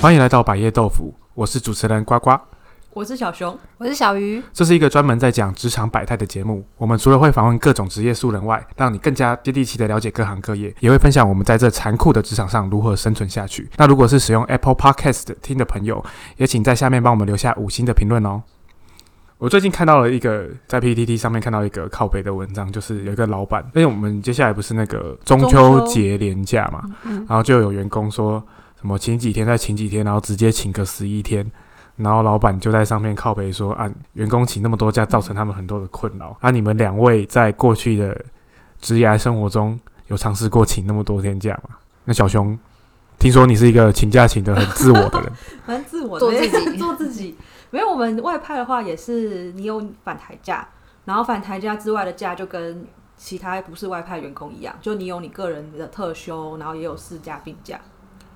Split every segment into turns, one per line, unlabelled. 欢迎来到百叶豆腐，我是主持人呱呱。
我是小熊，
我是小鱼，
这是一个专门在讲职场百态的节目。我们除了会访问各种职业素人外，让你更加接地气的了解各行各业，也会分享我们在这残酷的职场上如何生存下去。那如果是使用 Apple Podcast 听的朋友，也请在下面帮我们留下五星的评论哦。我最近看到了一个在 PTT 上面看到一个靠北的文章，就是有一个老板，因为我们接下来不是那个中秋
中秋
节连假嘛，
嗯，
然后就有员工说什么请几天再请几天，然后直接请个十一天，然后老板就在上面靠背说啊，员工请那么多假，造成他们很多的困扰。啊，你们两位在过去的职涯生活中有尝试过请那么多天假吗？那小熊，听说你是一个请假请的很自我的人，
蛮自我的，
做自 己
做自己。没有，我们外派的话也是，你有返台假，然后返台假之外的假就跟其他不是外派员工一样，就你有你个人的特休，然后也有事假病假，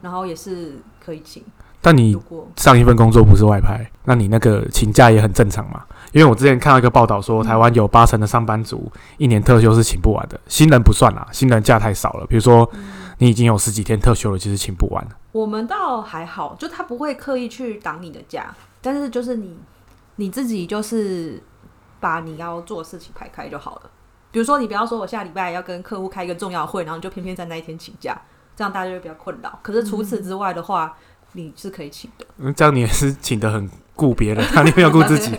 然后也是可以请。
但你
如果
上一份工作不是外派，那你那个请假也很正常嘛？因为我之前看到一个报道说，台湾有八成的上班族一年特休是请不完的，新人不算啦，新人假太少了。比如说，你已经有十几天特休了，其实请不完。
我们倒还好，就他不会刻意去挡你的假，但是就是你你自己就是把你要做的事情排开就好了。比如说，你不要说我下礼拜要跟客户开一个重要会，然后你就偏偏在那一天请假，这样大家就会比较困扰。可是除此之外的话，你是可以请的。
嗯，这样你也是请得很顾别人，啊那你没有顾自 己。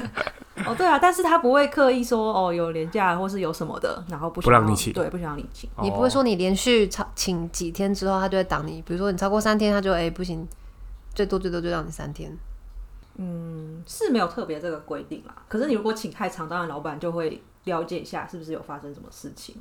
哦，对啊，但是他不会刻意说哦有年假或是有什么的，然后不
不
想
让
要
你请
对，不想让你请。
也不会说你连续超请几天之后，他就会挡你。比如说你超过三天，他就哎、不行，最多最多就让你三天。
嗯，是没有特别这个规定啦。可是你如果请太长，当然老板就会了解一下是不是有发生什么事情。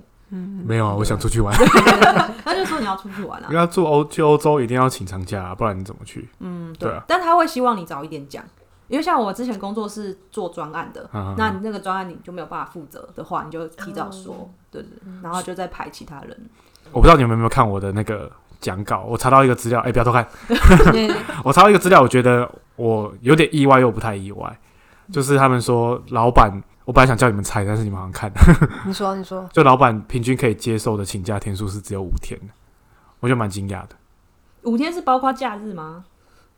没有啊，我想出去玩。
他就说你要出去玩啊
因为。要住欧去欧洲一定要请长假、啊，不然你怎么去？
嗯，
对
对。
啊
但他会希望你早一点讲，因为像我之前工作是做专案的，
啊
那你那个专案你就没有办法负责的话，你
哦
就提早说，对对对，然后就再排其他人。
我不知道你们有没有看我的那个讲稿，我查到一个资料，哎、不要偷看。
因为
我查到一个资料，我觉得我有点意外又不太意外，就是他们说老板，我本来想叫你们猜，但是你们好像看，
你说，你 说，
就老板平均可以接受的请假天数是只有五天的，我就蛮惊讶的，
五天是包括假日吗？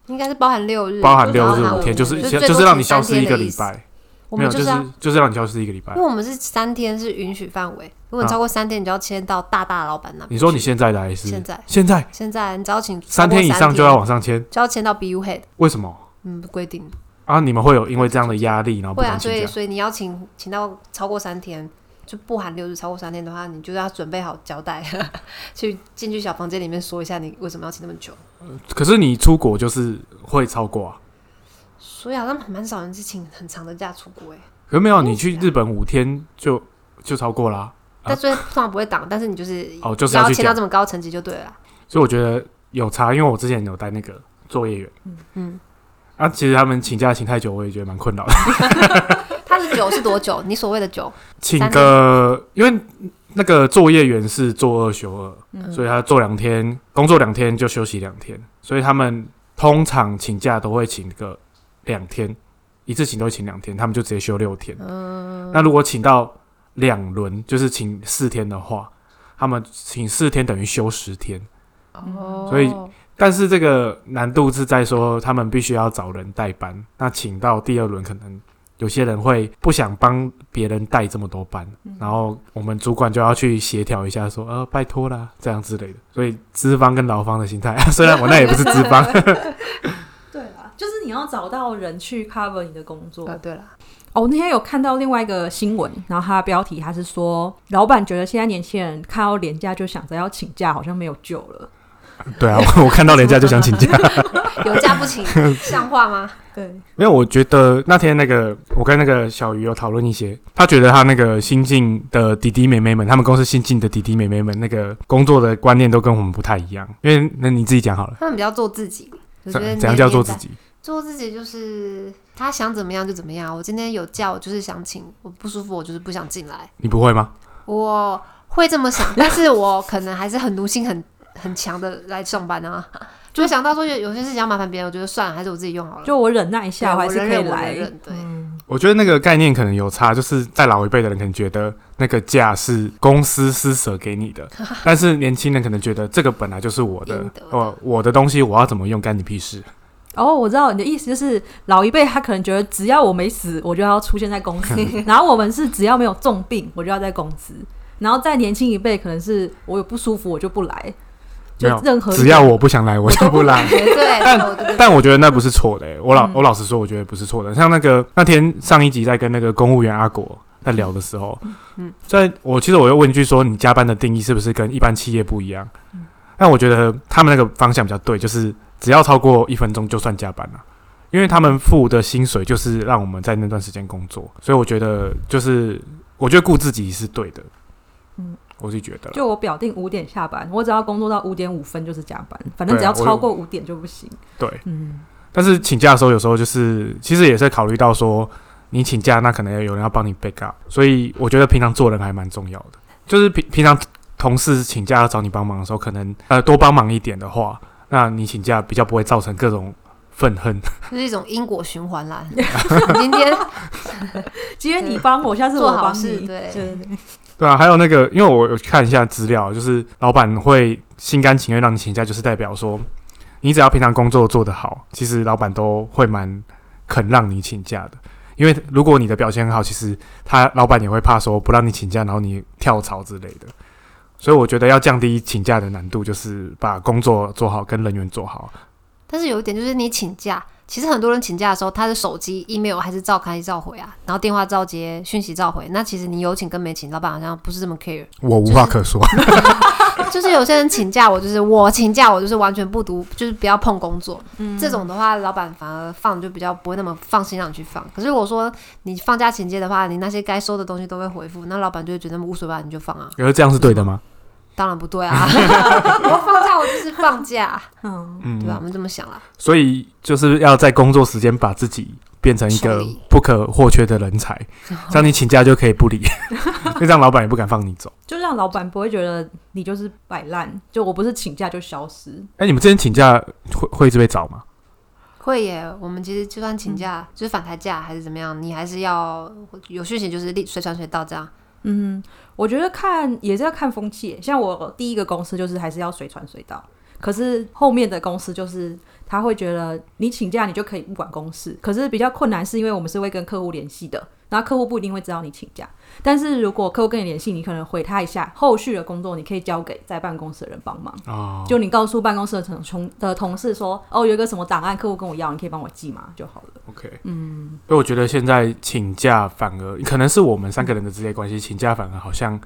应该是包含六日，
包含六
就
日
是包含
五天，就是
就最多
就是让你消失一个礼
请三
拜，
我
没有
们
就
就是要、啊
就是让你消失一个礼拜
因为。我们是三天是允许范围，如果你超过三天，你就要签到大大老板那边去。
你说你现在来是
现在
现在
现在你只要请
嗯
超
三
过
天以上就要往上签，
就要签到 BU head，
为什么
嗯，规定
啊？你们会有因为这样的压力然后不
会啊，
敢
所
请
以
假？
所以你要请请到超过三天，就不含六日超过三天的话，你就要准备好胶带， 去进去小房间里面说一下你为什么要请那么久。
可是你出国就是会超过啊，
所以好像蛮少人是请很长的假出国哎、
可是没有你去日本五天就就超过啦、
但虽然通常不会挡，但是你就是
啊哦就是要去
签
讲
到这么高层级就对了啦。
所以我觉得有差，因为我之前有带那个作业员，嗯
嗯
嗯
啊，其实他们请假请太久，我也觉得蛮困扰的。
他的久是多久？你所谓的久，
请个，因为那个作业员是做二休二，
嗯
所以他做两天，工作两天就休息两天，所以他们通常请假都会请个两天，一次请都会请两天，他们就直接休六天。那如果请到两轮，就是请四天的话，他们请四天等于休十天。
哦，
所以但是这个难度是在说，他们必须要找人代班，那请到第二轮，可能有些人会不想帮别人带这么多班，然后我们主管就要去协调一下说呃，拜托啦，这样之类的。所以资方跟劳方的心态， 虽然我那也不是资方，
对啊，就是你要找到人去 cover 你的工作。
呃，对了，
哦，我那天有看到另外一个新闻，然后它的标题它是说，老板觉得现在年轻人看到廉价就想着要请假，好像没有救了。
对啊，我我看到人家就想请假。
有假 不请，像话吗？
对，
没有，我觉得那天那个我跟那个小鱼有讨论一些，他觉得他那个新进的弟弟妹妹们，他们公司新进的弟弟妹妹们，那个工作的观念都跟我们不太一样。因为那你自己讲好了，
他们比较做自己，我
怎
觉得
怎样叫做自
己？
己？
做自己就是他想怎么样就怎么样。我今天有假，我就是想请；我不舒服，我就是不想进来。
你不会吗？
我会这么想，但是我可能还是很奴性很很强的来上班啊， 就会想到说有有些事情要麻烦别人，我觉得算了，还是我自己用好了。
就我忍耐一下，
对
我还
我
是
忍
可以
忍我
来
忍。忍对，
嗯
我觉得那个概念可能有差，就是在老一辈的人可能觉得那个假是公司施舍给你 的，但是年轻人可能觉得这个本来就是我的
应得的，
哦，我的东西我要怎么用干你屁事？
哦，我知道你的意思，就是老一辈他可能觉得只要我没死，我就要出现在公 司；然后我们是只要没有重病，我就要在公司；然后再年轻一辈，可能是我有不舒服我就不来，就
没有
任何一
只
个
啊
要我不想来，我就不来。
对对对，
但我觉得那不是错的欸、我老、
嗯
我老实说，我觉得不是错的。像那个那天上一集在跟那个公务员阿果在聊的时候，
嗯
在我其实我又问一句说，你加班的定义是不是跟一般企业不一样？但我觉得他们那个方向比较对，就是只要超过一分钟就算加班了、因为他们付的薪水就是让我们在那段时间工作，所以我觉得就是我觉得顾自己是对的，
嗯
嗯，我是觉得啦。
就我表定五点下班，我只要工作到五点五分就是加班，反正
对啊
只要超
我
过五点就不行。
对，
嗯，
但是请假的时候，有时候就是其实也是考虑到说，你请假那可能有人要帮你 back up，所以我觉得平常做人还蛮重要的。就是平平常同事请假要找你帮忙的时候，可能呃多帮忙一点的话，那你请假比较不会造成各种愤恨。
就是一种因果循环啦。今天
今天你帮我，下次
做
我
好
帮
事
你。
对
对对
对啊，还有那个，因为我有看一下资料，就是老板会心甘情愿让你请假，就是代表说，你只要平常工作做得好，其实老板都会蛮肯让你请假的。因为如果你的表现很好，其实他老板也会怕说不让你请假，然后你跳槽之类的。所以我觉得要降低请假的难度，就是把工作做好跟人员做好。
但是有一点就是你请假，其实很多人请假的时候，他的手机、email 还是照开照回啊，然后电话照接，讯息照回。那其实你有请跟没请，老板好像不是这么 care。
我无话可 说，
就是有些人请假，我就是我请假，我就是完全不读，就是不要碰工作。
嗯
这种的话，老板反而放就比较不会那么放心让你去放。可是如果说你放假请假的话，你那些该收的东西都会回复，那老板就会觉得无所谓啊，你就放啊。
觉得这样是对的吗？
当然不对 啊，我放假我就是放假，
嗯，
嗯，
对吧、我们这么想啦。
所以就是要在工作时间把自己变成一
处
个
理
不可或缺的人才，这样你请假就可以不理， 就让老板也不敢放你走。
就让老板不会觉得你就是摆烂，就我不是请假就消失。
哎、你们之前请假会会一直被找吗？
会耶，我们其实就算请假，就是反台假还是怎么样，你还是要有讯息，就是立随传随到这样。
嗯，我觉得看也是要看风气耶。像我第一个公司就是还是要随传随到，可是后面的公司就是他会觉得你请假你就可以不管公事，可是比较困难是因为我们是会跟客户联系的，然后客户不一定会知道你请假，但是如果客户跟你联系，你可能回他一下，后续的工作你可以交给在办公室的人帮忙。
哦，
就你告诉办公室的同同的同事说，哦，有一个什么档案客户跟我要，你可以帮我寄吗？就好了。
OK，
嗯，
所以我觉得现在请假反而可能是我们三个人的之间关系，请假反而好像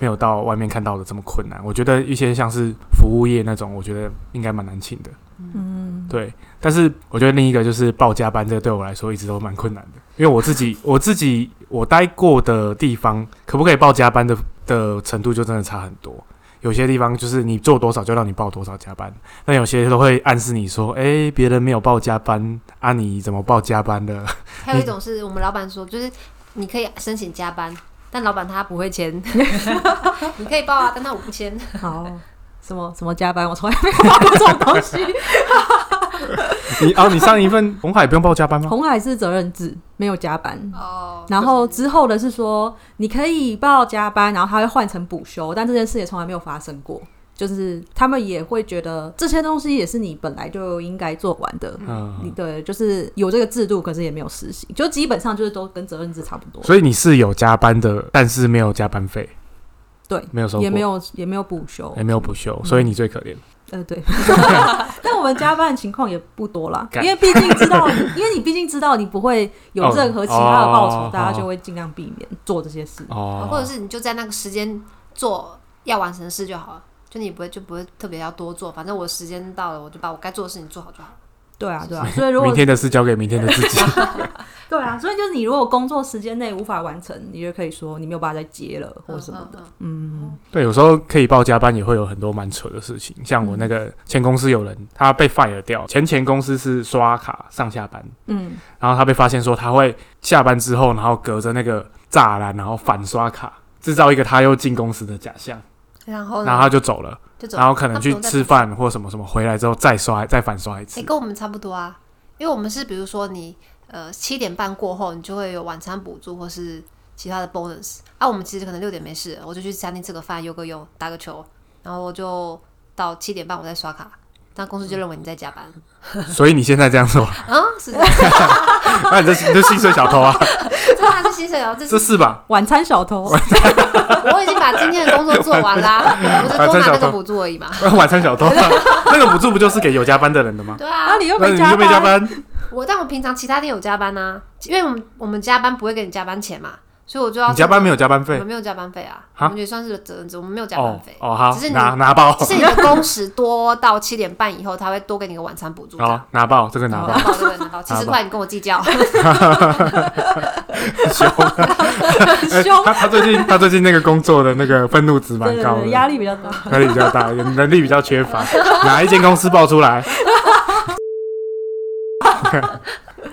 没有到外面看到的这么困难。我觉得一些像是服务业那种，我觉得应该蛮难请的。嗯，对。但是我觉得另一个就是报加班，这个对我来说一直都蛮困难的，因为我自己我自己我待过的地方，可不可以报加班的的程度就真的差很多。有些地方就是你做多少就让你报多少加班，但有些都会暗示你说，哎、别人没有报加班，啊，你怎么报加班的？
还有一种是我们老板说，就是你可以申请加班，但老板他不会 签，你可以报啊，但他我不签。
好， 什么什么加班，我从来没有碰过这种东西。
你哦，你上一份红海不用报加班吗？
红海是责任制，没有加班。
哦，
然后之后的是说，你可以报加班，然后他会换成补休，但这件事也从来没有发生过。就是他们也会觉得这些东西也是你本来就应该做完的，你
嗯，
对，就是有这个制度，可是也没有实行，就基本上就是都跟责任制差不多，
所以你是有加班的，但是没有加班费，
对，
没有收过，哎
也没有也没有补休，
也没有补休，所以你最可怜。
呃， 对，但我们加班的情况也不多啦，因
干
为毕竟知道， 因为你毕竟知道你不会有
哦
任何其他的报酬，
哦
大家
哦
就会尽量避免做这些事。
啊或者
哦，
是你就在那个时间做要完成的事就好了，就你不会就不会特别要多做，反正我时间到了，我就把我该做的事情做好就好了。
对啊，对啊，所以如果
明天的事交给明天的自己。
对啊，所以就是你如果工作时间内无法完成，你就可以说你没有办法再接了或什么的。
嗯嗯
嗯，
对，有时候可以报加班，也会有很多蛮扯的事情。像我那个前公司有人他被 fire 掉，前前公司是刷卡上下班，
嗯，
然后他被发现说他会下班之后，然后隔着那个栅栏，然后反刷卡，制造一个他又进公司的假象，
嗯然后
然后他
呢，
就走了，
就走了，
然后可能
他不用
去
再
吃
补
饭或什么什么，回来之后再刷再反刷一
哎、
次。
跟我们差不多啊，因为我们是比如说你呃七点半过后，你就会有晚餐补助或是其他的 bonus 啊。我们其实可能六点没事，我就去餐厅吃个饭、游个泳、打个球，然后我就到七点半我再刷卡，那公司就认为你在加班
所以你现在这样做，
啊？是这样，
那你这你这薪水小偷啊，
这还是薪水哦，这
这
是
是吧？
晚餐小偷，
我已经把今天的工作做 完啦，我就多拿那个补助而已嘛。
晚餐小偷，啊那个补助不就是给有加班的人的吗？
对
那
啊，
你又
那
没
你又没加
班，
班，
我但我平常其他天有加班呐、因为我们我们加班不会给你加班钱嘛，所以我就要
你加班没
有？
有加班
我
费
们？没有加班费啊，
哈
我们也算是责任制，我们没有加班
哦
费。
哦，好
只是，你
拿拿爆，
是你的工时多到七点半以后，他会多给你个晚餐补助。 哦
好拿爆，这个拿
拿
爆，
到对对拿到，七十块你跟我 计较，
凶。
很
哎
凶，
他他最近他最近那个工作的那个愤怒值
对
蛮
对
高的，
对，压力比较大。
嗯
压力比较大，能力比较缺乏，哪一间公司爆出来？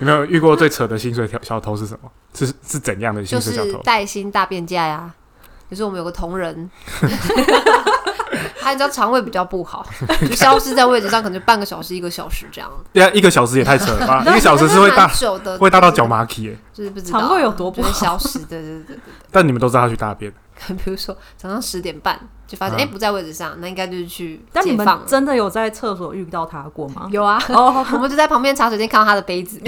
有没有遇过最扯的薪水小小偷是什么？是是怎样的薪
就
水小
是
偷？
带薪大变价呀。就是我们有个同 仁，他你知道肠胃比较不好，就消失在位置上，可能半个小时、一个小时这样。
对啊，一个小时也太扯 了吧！一个小时是会
但
大
蛮久的，
会大到脚麻起耶，
就是不知道
肠胃有多不
就
好
会消失。对对对对
但你们都知道他去大便，
对，比如说早上十点半就发现
嗯
哎、诶不在位置上，那应该就是去
但你
解
们
放了。
真的有在厕所遇到他过吗？
有啊，
哦
我们就在旁边茶水间看到他的杯 子，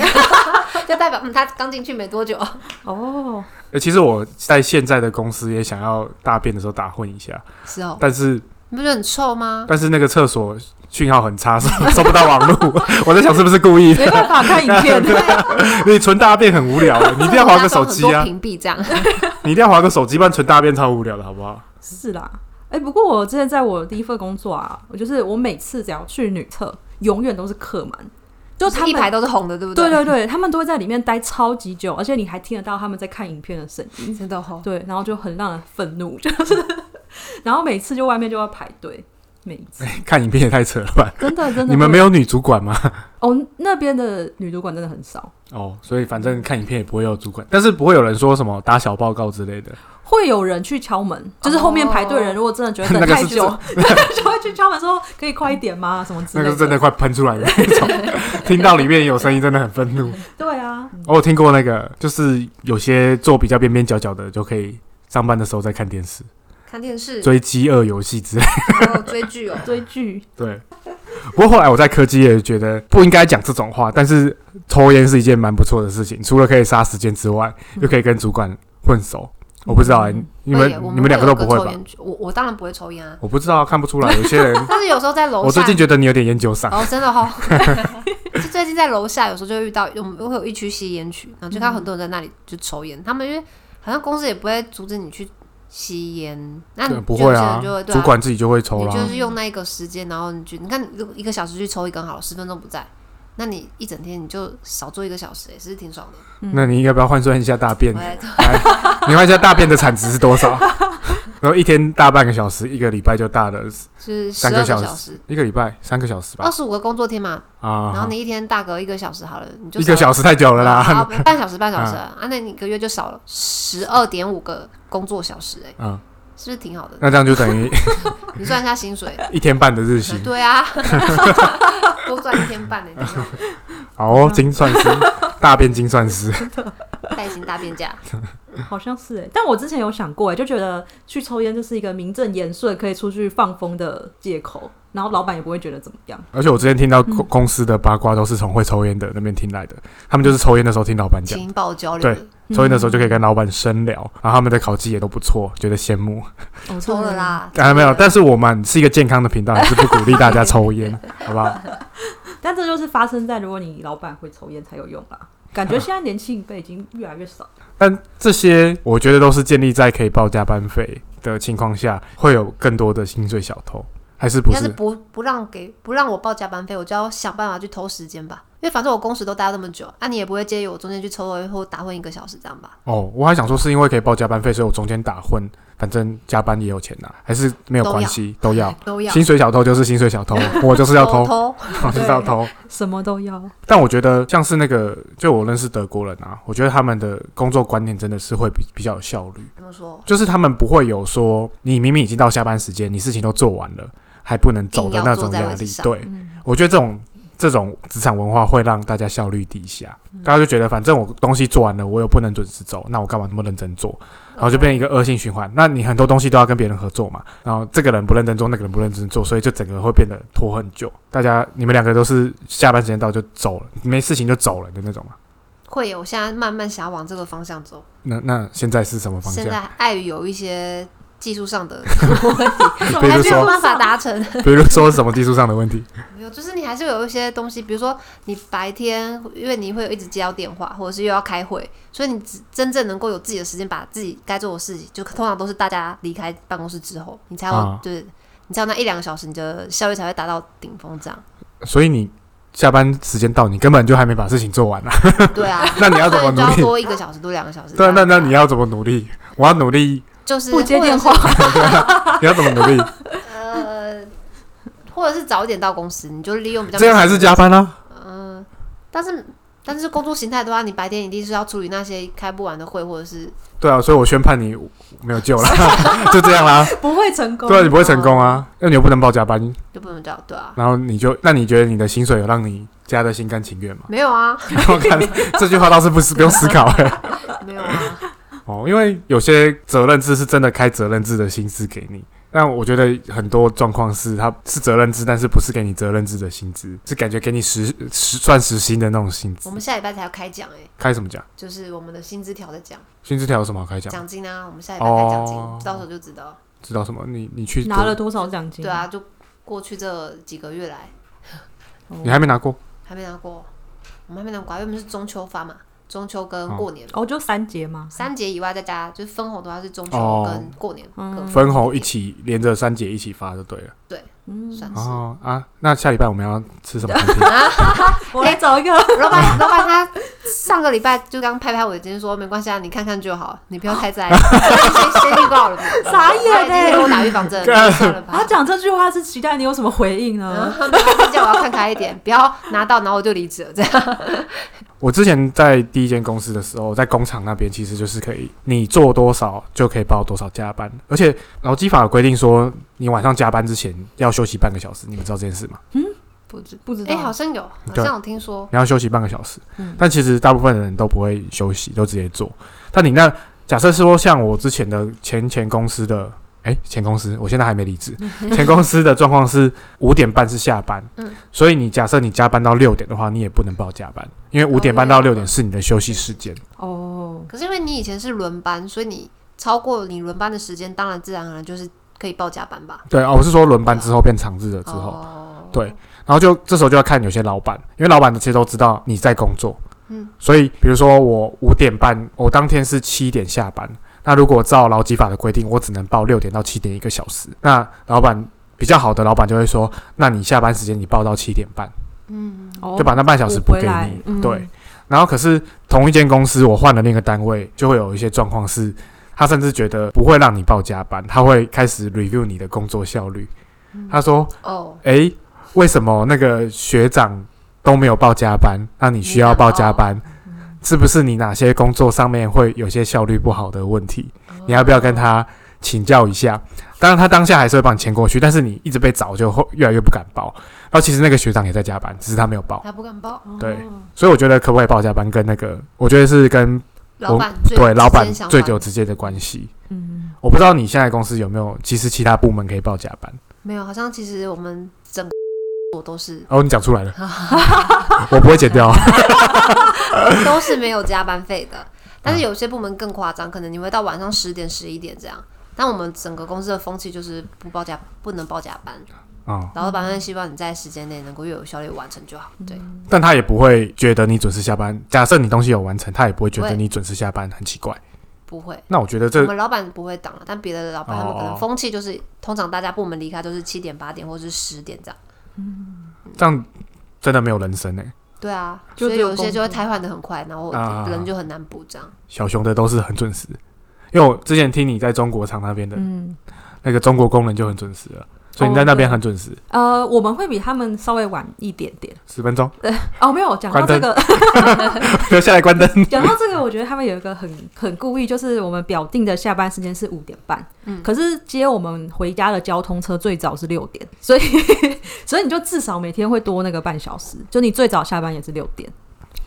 就代表嗯他刚进去没多久。
哦，
呃其实我在现在的公司也想要大便的时候打混一下，
是哦，
但是
你不觉得很臭吗？
但是那个厕所讯号很差，收 收不到网络。 我在想是不是故意的？
没办法看影 片，
啊你存大便很无聊的，你一定要划个手机
我们家装
啊
很多！屏蔽这样。
你一定要划个手机，不然存大便超无聊的，好不好？
是啦。哎、不过我之前在我第一份工作啊，我就是我每次只要去女厕，永远都是客满，就他
一
们
排都是红的，对不
对对
对
对，他们都会在里面待超级久，而且你还听得到他们在看影片的声音。
对，真的
哦
红。
对，然后就很让人愤怒， 就是，然后每次就外面就要排队，每一次
看影片也太扯了吧！
真的真的。
哎你们没有女主管吗？
哦，那边的女主管真的很少，
哦，所以反正看影片也不会有主管，但是不会有人说什么打小报告之类的。
会有人去敲门，就是后面排队的人
哦
如果真的觉得
那
等
个
太
是
久，就会去敲门说可以快一点吗？什么之
那
类
个是真的快喷出来的那种， 听到里面有声音真的很愤怒。哦
对啊，
我有听过那个，就是有些做比较边边角角的就可以上班的时候在看电视，
看电视，
追饥饿游戏之类的。
然后追剧哦。
追剧
对。不过后来我在科技也觉得不应该讲这种话，但是抽烟是一件蛮不错的事情，除了可以杀时间之外，
嗯
又可以跟主管混熟。我不知道、欸， 你们
会嗯耶我
你们两
会
个
有
都
个
不会
抽
吧？
烟区我我当然不会抽烟啊，
我不知道，看不出来。有 些人，
但是有时候在楼下，
我最近啊觉得你有点烟酒嗓。
哦，真 的哈、哦，就最近在楼下有时候就会遇到，我们会有一区吸烟区，然后就看到很多人在那里就抽烟，他们因为好像公司也不会阻止你去吸烟，那你
对不会
有些
啊
人就会，对啊
主管自己就会抽
你
啦
就。是用那一个时间，然后你就你看，如果一个小时去抽一根好了，十分钟不在，那你一整天你就少做一个小时、也是挺爽的。
那你要不要换算一下大便？
对
你换一下大便的产值是多少？ 然后一天大半个小时，一个礼拜就大了
就是十
三
二
个
个
小
小时，
一个礼拜三个小时
二
吧。
十五个工作天嘛，
啊，
哦然后你一天大个一个小时好了，你就
一个
少
小时太久了啦。
好，半小时半小时啊，啊那你一个月就少了十二点五个工作小时、哎，
嗯，
是不是挺好的？
那这样就等于
你算一下薪水，
一天半的日薪。
对啊，多赚一天半呢、欸挺好
好哦，精算 师，大便精算师。
带薪大变价，
好像是哎、但我之前有想过哎、就觉得去抽烟就是一个名正言顺可以出去放风的借口，然后老板也不会觉得怎么样。哦
而且我之前听到公公司的八卦都是从会抽烟的那边听来的，他们就是抽烟的时候听老板讲，
情报交流
对抽烟的时候就可以跟老板深聊，然后他们的考绩也都不错，觉得羡慕。
哦，
抽了，啦，
当然哎没有，但是我们是一个健康的频道，还是不鼓励大家抽烟， 好不好？
但这就是发生在如果你老板会抽烟才有用啦。感觉现在年轻一辈已经越来越少。
但这些我觉得都是建立在可以报加班费的情况下，会有更多的薪水小偷，还是不
应该是
是？
不不让给不让我报加班费，我就要想办法去偷时间吧，因为反正我工时都待那么久，啊，你也不会介意我中间去抽了或打混一个小时这样吧？
哦，我还想说是因为可以报加班费，所以我中间打混，反正加班也有钱拿，还是没有关系，都要。
都要
薪水小偷就是薪水小 偷，我就是要偷
偷，偷，
我就是要偷。
什么都要，
但我觉得像是那个，就我认识德国人啊，我觉得他们的工作观念真的是会比比较有效率。
怎么说？
就是他们不会有说你明明已经到下班时间，你事情都做完了，还不能走的那种
硬要坐在
压
位
力
置。上
对
嗯，
我觉得这种这种职场文化会让大家效率低下，
嗯
大家就觉得反正我东西做完了，我又不能准时走，那我干嘛那么认真
嗯
做？然后就变成一个恶性循环。那你很多东西都要跟别人合作嘛，然后这个人不认真做，那个人不认真做，所以就整个会变得拖很久。大家你们两个都是下班时间到就走了，没事情就走了的那种嘛。
会有，我现在慢慢想要往这个方向走。
那那现在是什么方向
现？在碍于有一些技术上的问题，
比
还
如
没有
说，
办 法达成。
比如说什么技术上的问题？
没有，就是你还是有一些东西，比如说你白天，因为你会有一直接到电话，或者是又要开会，所以你只真正能够有自己的时间，把自己该做的事情，就通常都是大家离开办公室之后，你才有、
啊
就是你才有那一两个小时，你的效率才会达到顶峰这样。
所以你下班时间到，你根本就还没把事情做完 啊。
对啊，
那你要怎
所
么
以你
努
就要
力？
多一个小时，多两个小时这
对，
样。
那那你要怎么努力？我要努力，
就是
不接
或者
电
是
话，
你要怎么努力？
呃， 或者是早一点到公司，你就利用比较
这样还是加班啊？
嗯，但是但是工作形态的话，你白天一定是要处理那些开不完的会，或者是
对啊，所以我宣判你没有救 了，就这样啦。
不会成功。
对啊，你不会成功啊，那你又不能报加班，
就不能叫对啊，？
然后你就那你觉得你的薪水有让你加的心甘情 愿吗
没有啊，
我看这句话倒是不是不用思考哎、
没有啊，
哦，因为有些责任制是真的开责任制的薪资给你，但我觉得很多状况是它是责任制，但是不是给你责任制的薪资，是感觉给你时时算时薪的那种薪
我
资。
们下礼拜才要开奖哎、
开什么奖？
就是我们的薪资条在讲
薪资条有什么好开奖？
奖金啊，我们下礼拜开奖金，
哦
到时候就知道。
知道什么？你你去
拿了，多少奖金？
对，啊，就过去这几个月来
你还没拿过？
还没拿过，我们还没拿过啊，因为我们是中秋发嘛，中秋跟
嗯
过年嘛。
哦，就三节嘛。
三节以外，再加就是分红的话是中秋
哦
跟过年，各
分红一起连着三姐一起发就对了。
嗯，
算是。
哦啊，那下礼拜我们要吃什么餐 厅？
我来找一 个，
老板，老板他上个礼拜就刚拍拍我的肩说，没关系啊，你看看就好，你不要 太在意。先先预告了，
傻
他已
眼
经给
哎！
我打预防 针了，算了
他
吧。
讲这句话是期待你有什么回应呢？
然后他叫我要看开一点，不要拿到，然后我就离职了。这 样
我之前在第一间公司的时候，在工厂那边其实就是可以，你做多少就可以报多少加班，而且劳基法有规定说，你晚上加班之前要休息半个小时，你们知道这件事吗？
不知
不知
哎，
道
好，像有，好
对
像有听说，
你要休息半个小时，
嗯
但其实大部分的人都不会休息，都直接做。但你那假设是说，像我之前的前前公司的，哎、前公司，我现在还没离职，前公司的状况是五点半是下班，
嗯
所以你假设你加班到六点的话，你也不能报加班，因为五点半到六点
哦
是你的休息时间。
哦，
可是因为你以前是轮班，所以你超过你轮班的时间，当然自然而然就是可以报加班吧。
对哦，我是说轮班之后变长日了之后，
哦，
对，然后就这时候就要看有些老板，因为老板其实都知道你在工作，
嗯，
所以比如说我五点半，我当天是七点下班，那如果照劳基法的规定，我只能报六点到七点一个小时，那老板。比较好的老板就会说，那你下班时间你报到七点半，
嗯，
就把那半小时补
哦补回
给
来
你。
嗯
对，然后可是同一间公司，我换了那个单位，就会有一些状况是，他甚至觉得不会让你报加班，他会开始 review 你的工作效率。
嗯
他说，
哦，
诶，为什么那个学长都没有报加班？那你需要报加班，是不是你哪些工作上面会有些效率不好的问题？
哦
你要不要跟他请教一下？当然，他当下还是会帮你签过去，但是你一直被找，就会越来越不敢报。然后其实那个学长也在加班，只是他没有报。
他不敢报，
哦
对，所以我觉得可不可以报加班，跟那个我觉得是跟
老板最
对老板
之间想法
最有直接的关系。
嗯，
我不知道你现在公司有没有，其实其他部门可以报加班。
没有，好像其实我们整个我都是
哦，你讲出来了，我不会剪掉。
都是没有加班费的。但是有些部门更夸张，可能你会到晚上十点、十一点这样。但我们整个公司的风气就是不报加，不能报加班，
哦，
老板会希望你在时间内能够越有效率完成就好。对，
但他也不会觉得你准时下班。假设你东西有完成，他也不会觉得你准时下班很奇怪。
不会，
那我觉得
我
这
们老板不会挡了，但别的老板他们可能风气就是，通常大家部门离开都是七点、八点或者是十点这样。
这样真的没有人生欸呢、
对啊，
就
所以
只有
有些就
工作
会瘫痪的很快，然后
啊
人就很难补这 样。
小熊的都是很准时，因为我之前听你在中国厂那边的、
嗯，
那个中国工人就很准时了，所以你在那边很准时，
哦
呃，我们会比他们稍微晚一点点。
十分钟
哦，没有讲到这个，
留下来关 灯。
讲到这个，我觉得他们有一个很很故意，就是我们表定的下班时间是五点半，
嗯
可是接我们回家的交通车最早是六点，所以 所以你就至少每天会多那个半小时，就你最早下班也是六点。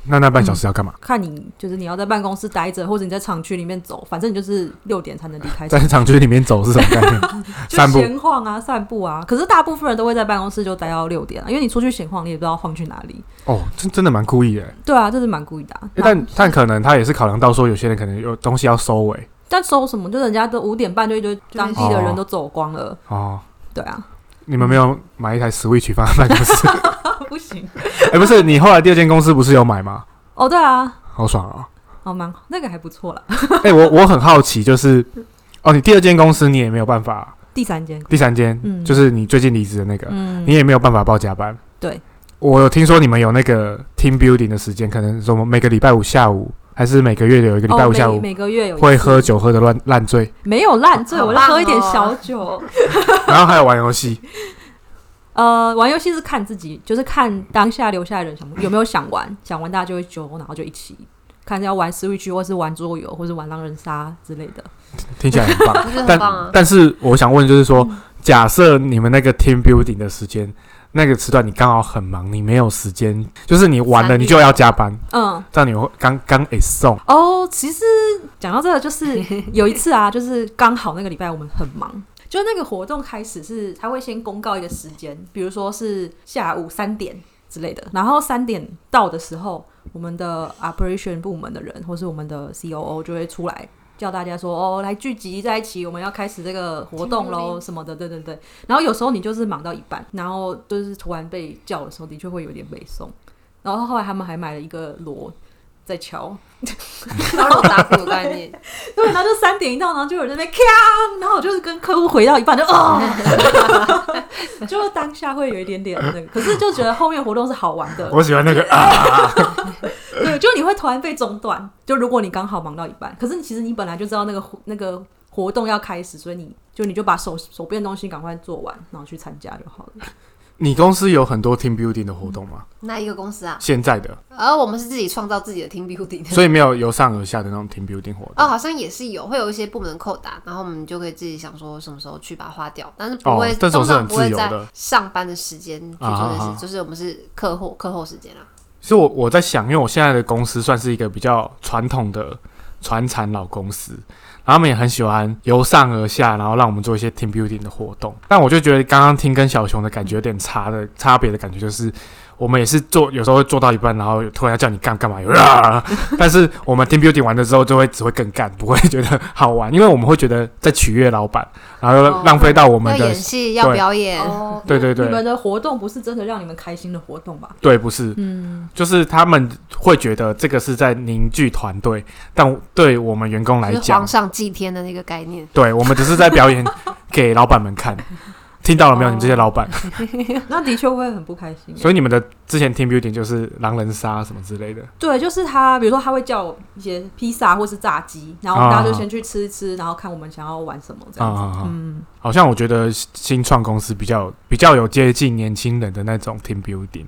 那那半小时要
嗯
干嘛？
看你就是你要在办公室待着，或者你在厂区里面走，反正你就是六点才能离开
在
厂，
厂区里面走是什么概 念？
就
散步
闲晃啊、散步啊。可是大部分人都会在办公室就待到六点啊，因为你出去闲晃，你也不知道晃去哪里。
哦，真真的蛮故意的欸。
哦
对啊，这是蛮故意的啊、
欸但但可能他也是考量到说，有些人可能有东西要收尾
但收什么？就人家都五点半就一堆当地的人都走光了，
哦。
对啊，
你们没有买一台 Switch 放在办公 室？
不行。
哎、不是，你后来第二间公司不是有买吗？
哦，对啊，
好爽 哦！
哦，蛮好，那个还不错啦。
哎、我我很好奇，就是哦，你第二间公司你也没有办法，
第三间，
第三间、
嗯
就是你最近离职的那个，
嗯
你，也没有办法报加班。
对，
我有听说你们有那个 team building 的时间，可能什么每个礼拜五下午，还是每个月有一个礼拜
哦，
五下
每
午、
每个月有一次
会喝，酒喝的乱烂 醉，
没有烂醉，
好
我就
棒
喝一点
哦
小酒。
然后还有玩游戏。
呃，玩游戏是看自己，就是看当下留下来的人想不有没有想玩，想玩大家就会揪，然后就一起看要玩 Switch 或是玩桌游或是玩狼人杀之类的。
听起来很棒，
我觉得很
但
棒啊
但是我想问，就是
嗯
说，假设你们那个 team building 的时间那个时段，你刚好很忙，你没有时间，就是你完了
三日
你就要加班，
嗯，
这样你会刚刚诶送
哦，其实讲到这个，就是有一次啊，就是刚好那个礼拜我们很忙。就那个活动开始是，他会先公告一个时间，比如说是下午三点之类的。然后三点到的时候，我们的 operation 部门的人或是我们的 COO 就会出来叫大家说：“哦，来聚集在一起，我们要开始这个活动喽，什么的。”对对对。然后有时候你就是忙到一半，然后就是突然被叫的时候，的确会有点被送。然后后来他们还买了一个锣在敲，
敲锣打鼓的概念，
对，然后就三点一到，然后就有人在那边咔，然后我就是跟客户回到一半就哦， 就当下会有一点点那个，可是就觉得后面活动是好玩的，
我喜欢那个啊，
对，就你会突然被中断，就如果你刚好忙到一半，可是你其实你本来就知道那个活那个活动要开始，所以你就你就把手手边的东西赶快做完，然后去参加就好了。
你公司有很多 team building 的活动吗？
那一个公司啊，
现在的，
然后我们是自己创造自己的 team building
所以没有由上而下的那种 team building 活
哦，
动。
好像也是有，会有一些部门的扣打，然后我们就可以自己想说什么时候去把它花掉，但是不会，
哦这种
通
是很
常不会
自由
在
的
上班的时间去做
啊啊
这些
啊
事，就是我们是课后课后时间啊啦。
其实我我在想，因为我现在的公司算是一个比较传统的传产老公司，然后他们也很喜欢由上而下，然后让我们做一些 team building 的活动。但我就觉得刚刚听跟小熊的感觉有点差的差别的感觉，就是我们也是做，有时候会做到一半，然后突然要叫你干干嘛，啊、但是我们 team building 完了之后，就会只会更干，不会觉得好玩，因为我们会觉得在取悦老板，然后又浪费到我们
哦要
的
演戏，要
对
表演，
哦，
对对对
你们的活动不是真的让你们开心的活动吧？
对，不是，
嗯，
就是他们会觉得这个是在凝聚团队，但对我们员工来
就是
讲
皇，上祭天的那个概念。
对我们只是在表演给老板们 看。听到了没有？
哦
你们这些老板，
那的确会很不开心。欸
所以你们的之前 team building 就是狼人杀什么之类的，
对，就是他，比如说他会叫一些披萨或是炸鸡，然后
啊
大家就先去吃一吃，然后看我们想要玩什么这
啊
样子。
啊啊！
嗯，
好像我觉得新创公司比较比较有接近年轻人的那种 team building。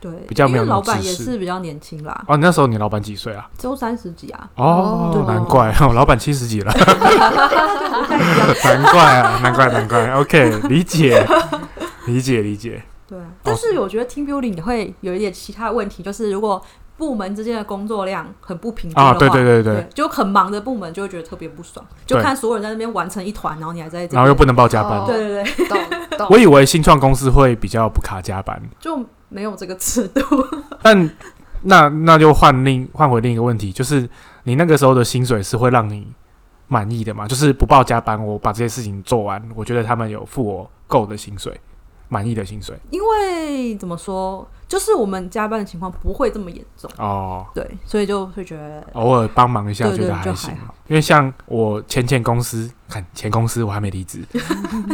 对，
比较没
因
有
为
那么
老板
自
也
私
是比较年轻啦，
哦，你那时候你老板几岁啊？
只有三十几啊，
哦，
哦
难怪，我老板七十几了，
不太一样。
难怪啊，难怪难怪。OK，理解，理解理解。
对啊，但是我觉得 team building 也会有一点其他的问题，就是如果部门之间的工作量很不平均的话，
啊对对对对
就很忙的部门就会觉得特别不爽，就
对
看所有人在那边玩成一团，然后你还在这边，
然后又不能报加班，
哦
对对对，
懂懂。
我以为新创公司会比较不卡加班，
就没有这个尺度。
但那那就换另换回另一个问题，就是你那个时候的薪水是会让你满意的吗？就是不报加班，我把这些事情做完，我觉得他们有付我够的薪水，满意的薪水
因为怎么说，就是我们加班的情况不会这么严重，
哦。
对，所以就会觉得
偶尔帮忙一下，
对
觉
对
得
就
还行啊
还。好。
因为像我前前公司，看前公司我还没离职，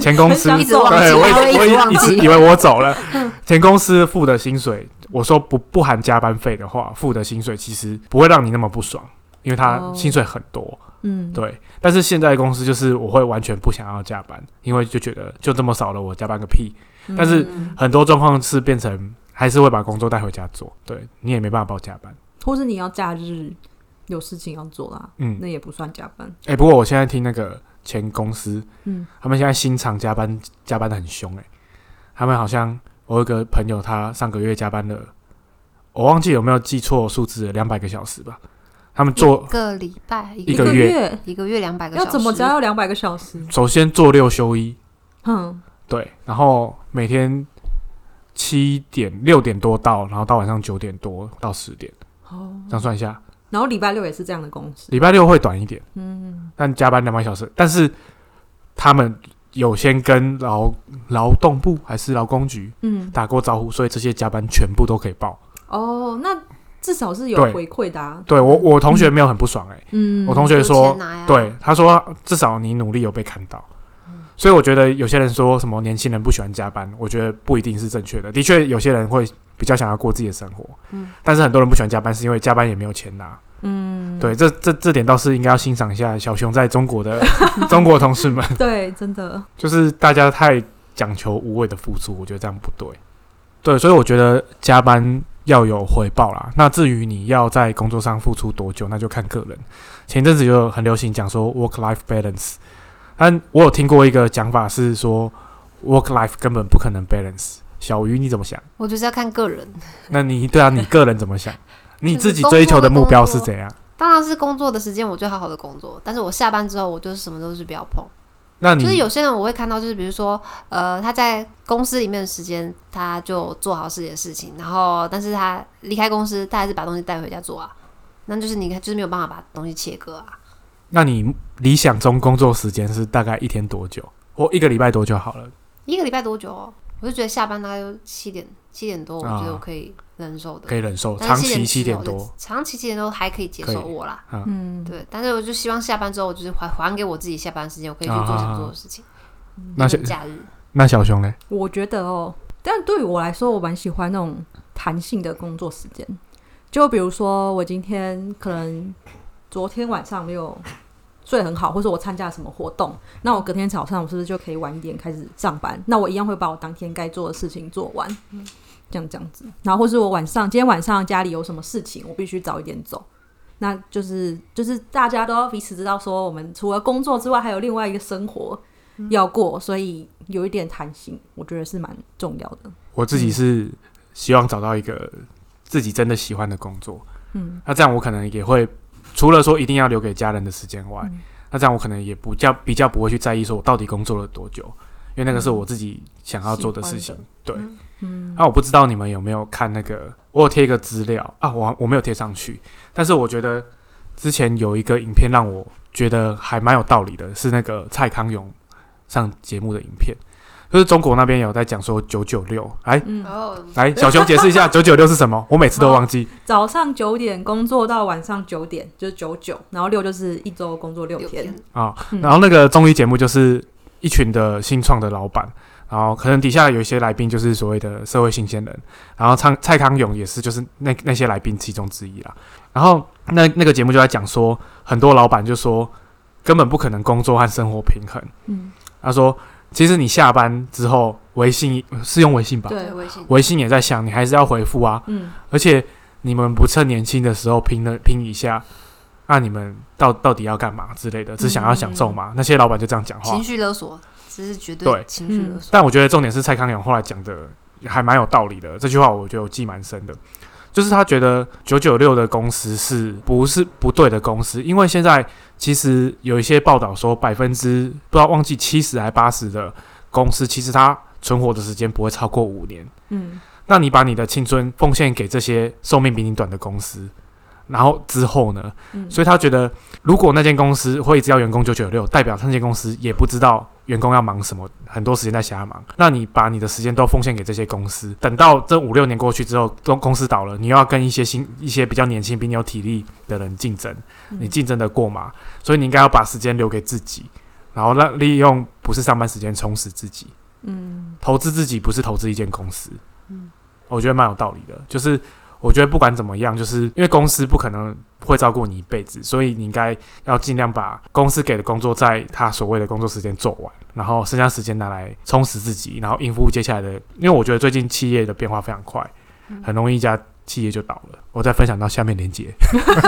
前公司
很想
一直
走
忘记，
对，我
他会
以
直
我
忘
一直
记。
以为我走了。前公司付的薪水，我说不不含加班费的话，付的薪水其实不会让你那么不爽，因为他
哦
薪水很多。
嗯，
对，但是现在公司就是我会完全不想要加班，因为就觉得就这么少了，我加班个屁。但是
嗯
很多状况是变成还是会把工作带回家做，对你也没办法报加班。
或是你要假日有事情要做啦，
嗯，
那也不算加班。
哎、不过我现在听那个前公司，
嗯，
他们现在新厂加班加班的很凶哎、他们好像我有个朋友，他上个月加班了，我忘记有没有记错数字了，两百个小时吧。他们做
一个礼拜一
一
一
个
个
月
月
一个月两百个小
要
时，
怎么加要两百个小时？
首先做六休一，
嗯，
对，然后每天七点六点多到，然后到晚上九点多到十点，
哦，
这样算一下，
然后礼拜六也是这样的公司，
礼拜六会短一点，
嗯，
但加班两百小时，但是他们有先跟劳劳动部还是劳工局
嗯，
打过招呼，所以这些加班全部都可以报。
哦，那至少是有
对
回馈的、啊，
对我，我同学没有很不爽哎、
嗯，
我同学
有
说
钱，拿呀
对，他说至少你努力有被看到。所以我觉得有些人说什么年轻人不喜欢加班，我觉得不一定是正确的。的确，有些人会比较想要过自己的生活，
嗯
但是很多人不喜欢加班，是因为加班也没有钱拿。嗯，对，这这这点倒是应该要欣赏一下小熊在中国的 中国同事们，
对，真的，
就是大家太讲求无谓的付出，我觉得这样不对。对，所以我觉得加班要有回报啦。那至于你要在工作上付出多久，那就看个人。前一阵子就很流行讲说 work life balance，但我有听过一个讲法是说 work life 根本不可能 balance。小鱼你怎么想？
我就是要看个人，
那你对啊，你个人怎么 想？你
就是
自己
工
追
作
求
的
的目
工
标
作
是怎样？
当然是工作的时间我就好好的工作，但是我下班之后我就是什么都是不要碰。
那你
就是有些人我会看到，就是比如说，呃，他在公司里面的时间，他就做好自己的事情，然后但是他离开公司，他还是把东西带回家做啊，那就是你就是没有办法把东西切割啊。
那你理想中工作时间是大概一天多久？或一个礼拜多久好了？
一个礼拜多久、哦？我就觉得下班大概就七点七点多，我
啊
觉得我可以忍受的。
可以忍受，
但
长
是哦
期
七
七
点
点
之后
多
就，长期七点多还可以接
可以
受我啦。
嗯，
对，但是我就希望下班之后，我就是还还给我自己下班时间，我可以去做想做的事情。
那
是
些
假日，
那小熊呢？
我觉得哦，但对于我来说，我蛮喜欢那种弹性的工作时间。就比如说，我今天可能昨天晚上没有睡很好，或者我参加什么活动，那我隔天早上我是不是就可以晚一点开始上班？那我一样会把我当天该做的事情做完，这样这样子。然后或是我晚上今天晚上家里有什么事情，我必须早一点走。那就是就是大家都要彼此知道，说我们除了工作之外，还有另外一个生活，要过，所以有一点弹性，我觉得是蛮重要的。
我自己是希望找到一个自己真的喜欢的工作，
嗯，
那这样我可能也会除了说一定要留给家人的时间外，
嗯
那这样我可能也不较比较不会去在意说我到底工作了多久，因为那个是我自己想要做的事情
喜欢。
对，啊
嗯
那、我不知道你们有没有看那个，我有贴一个资料啊，我我没有贴上去，但是我觉得之前有一个影片让我觉得还蛮有道理的，是那个蔡康永上节目的影片，就是中国那边有在讲说九九六，哎。
嗯，
哦，
来，小熊解释一下九九六是什么？我每次都忘记。
早上九点工作到晚上九点，就是九九，然后六就是一周工作六
六
天。
天，
嗯
然后那个综艺节目就是一群的新创的老板，然后可能底下有一些来宾就是所谓的社会新鲜人，然后蔡蔡康永也是就是那那些来宾其中之一啦。然后那那个节目就在讲说，很多老板就说根本不可能工作和生活平衡。
嗯，
他说，其实你下班之后，微信是用微信吧？
对，
微信
微信也在想，你还是要回复啊。
嗯，
而且你们不趁年轻的时候拼了拼一下，那、你们到到底要干嘛之类的？只想要享受嘛？那些老板就这样讲话
情。绪勒索，这是绝
对
对情绪勒索。
但我觉得重点是蔡康永后来讲的还蛮有道理的，这句话我觉得我记蛮深的。就是他觉得九九六的公司是不是不对的公司？因为现在其实有一些报道说，百分之不知道忘记七十还八十的公司，其实它存活的时间不会超过五年。
嗯，
那你把你的青春奉献给这些寿命比你短的公司，然后之后呢？
嗯
所以他觉得，如果那间公司会一直要员工九九六，代表那间公司也不知道员工要忙什么，很多时间在瞎忙。那你把你的时间都奉献给这些公司，等到这五六年过去之后，公公司倒了，你又要跟一些新、一些比较年轻、比你有体力的人竞争，
嗯
你竞争得过吗？所以你应该要把时间留给自己，然后让利用不是上班时间充实自己。
嗯
投资自己不是投资一间公司。
嗯
我觉得蛮有道理的。就是我觉得不管怎么样，就是因为公司不可能会照顾你一辈子，所以你应该要尽量把公司给的工作在他所谓的工作时间做完，然后剩下时间拿来充实自己，然后应付接下来的。因为我觉得最近企业的变化非常快，很容易一家企业就倒了。我再分享到下面连接，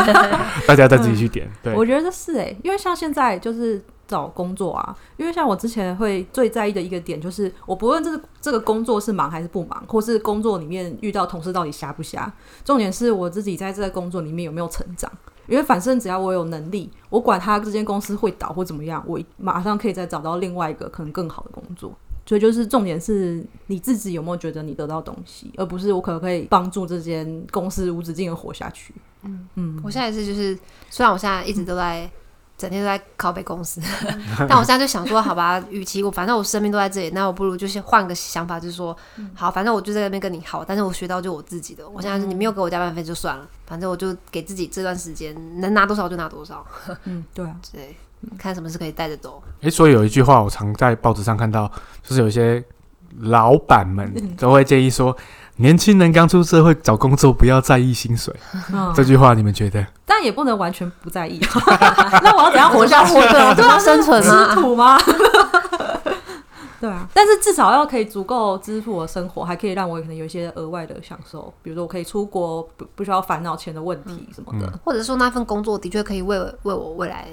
大家再自己去点。对，
我觉得是诶、因为像现在就是找工作啊，因为像我之前会最在意的一个点就是，我不论这个这个工作是忙还是不忙，或是工作里面遇到同事到底瞎不瞎，重点是我自己在这个工作里面有没有成长。因为反正只要我有能力，我管他这间公司会倒或怎么样，我马上可以再找到另外一个可能更好的工作。所以就是重点是你自己有没有觉得你得到东西，而不是我可不可以帮助这间公司无止境的活下去。嗯嗯，
我现在也是就是，虽然我现在一直都在、整天都在拷贝公司， 但我现在就想说，好吧，与其我反正我生命都在这里，那我不如就是换个想法，就是说，好，反正我就在那边跟你好，但是我学到就我自己的。我现在是你没有给我加班费就算了，反正我就给自己这段时间能拿多少就拿多少，
嗯，对 啊，
对，看什么是可以带着走。
诶，所以有一句话我常在报纸上看到，就是有一些老板们都会建议说，年轻人刚出社会找工作不要在意薪水。
嗯
这句话你们觉得？
但也不能完全不在意、 啊。那我要怎样活 下去？
对啊，怎么生存
吃
啊？
土吗？对啊，但是至少要可以足够支付我生活，还可以让我可能有一些额外的享受，比如说我可以出国，不不需要烦恼钱的问题什么的。
或者说那份工作的确可以为我为我未来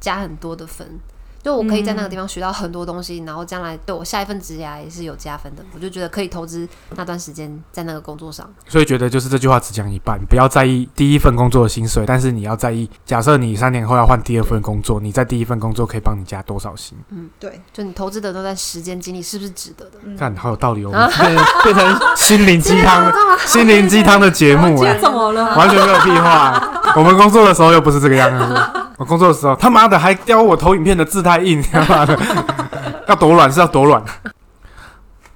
加很多的分，就我可以在那个地方学到很多东西，然后将来对我下一份职业也是有加分的。我就觉得可以投资那段时间在那个工作上，
所以觉得就是这句话只讲一半，不要在意第一份工作的薪水，但是你要在意，假设你三年后要换第二份工作，你在第一份工作可以帮你加多少薪？
对，
就你投资的那段时间精力是不是值得的？
看，好有道理哦，我们变成变成心灵鸡
啊
汤，心灵鸡汤的节目
啊今
哎、
天怎么了？
完全没有屁话。我们工作的时候又不是这个样子，我工作的时候他妈的还雕我投影片的字太硬， 他妈的要多软是要多软。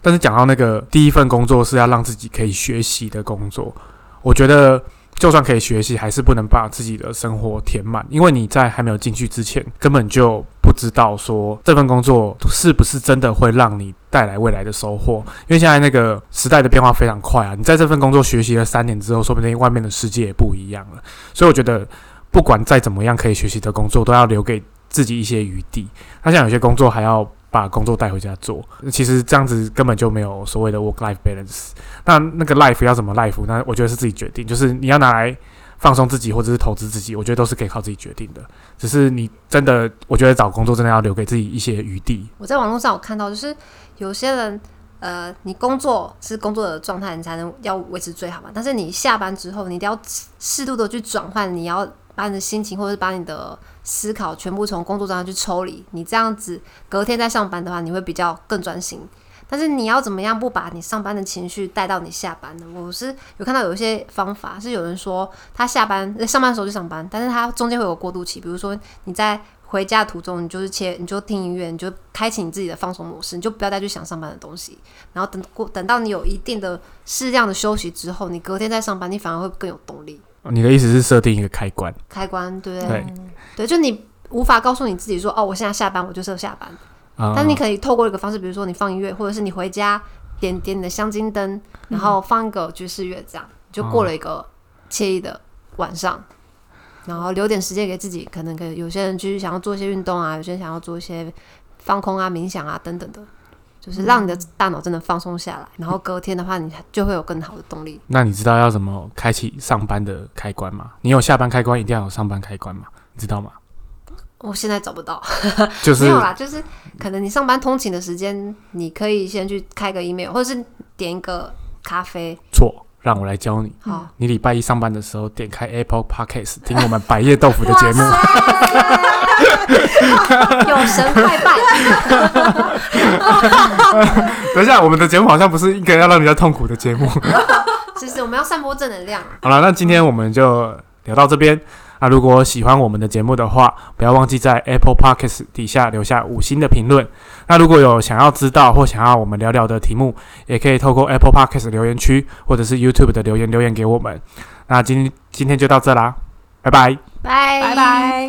但是讲到那个第一份工作是要让自己可以学习的工作，我觉得就算可以学习，还是不能把自己的生活填满，因为你在还没有进去之前，根本就不知道说这份工作是不是真的会让你带来未来的收获。因为现在那个时代的变化非常快啊，你在这份工作学习了三年之后，说不定外面的世界也不一样了。所以我觉得，不管再怎么样可以学习的工作，都要留给自己一些余地。那像有些工作还要把工作带回家做，其实这样子根本就没有所谓的 work life balance。那那个 life 要怎么 life，那我觉得是自己决定，就是你要拿来。放松自己或者是投资自己，我觉得都是可以靠自己决定的。只是你真的，我觉得找工作真的要留给自己一些余地。
我在网络上有看到，就是有些人，呃，你工作是工作的状态，你才能要维持最好嘛。但是你下班之后，你一定要适度的去转换，你要把你的心情或者是把你的思考全部从工作状态去抽离。你这样子隔天再上班的话，你会比较更专心。但是你要怎么样不把你上班的情绪带到你下班呢？我是有看到有一些方法，是有人说他下班呃上班的时候就上班，但是他中间会有过渡期，比如说你在回家途中，你就是切，你就听音乐，你就开启你自己的放松模式，你就不要再去想上班的东西。然后等过等到你有一定的适量的休息之后，你隔天再上班，你反而会更有动力。
你的意思是设定一个开关？
开关对
嗯
不对？
对，
对，就你无法告诉你自己说，哦，我现在下班，我就是要下班。
啊
但是你可以透过一个方式，比如说你放音乐，或者是你回家点点你的香精灯，
嗯
然后放一个爵士乐，这样就过了一个惬意的晚上。然后留点时间给自己，可能可以有些人就是想要做一些运动啊，有些人想要做一些放空啊、冥想啊等等的，就是让你的大脑真的放松下来。
嗯
然后隔天的话，你就会有更好的动力。
那你知道要怎么开启上班的开关吗？你有下班开关，一定要有上班开关吗？你知道吗？
我现在找不到，
就是
呃 没有啦，就是可能你上班通勤的时间，你可以先去开个 email，或者是点一个咖啡，
错，让我来教你。
好。
你礼拜一上班的时候，点开 Apple Podcast 听我们百叶豆腐的 节目。
有神快拜，
等一下，我们的节目好像不是一个要让人家痛苦的节目。
其实我们要散播正能量啊！
好了，那今天我们就聊到这边。那如果喜欢我们的节目的话，不要忘记在 Apple Podcast 底下留下五星的评论。那如果有想要知道或想要我们聊聊的题目，也可以透过 Apple Podcast 留言区或者是 YouTube 的留言留言给我们。那今今天就到这啦，拜拜。
拜
拜拜。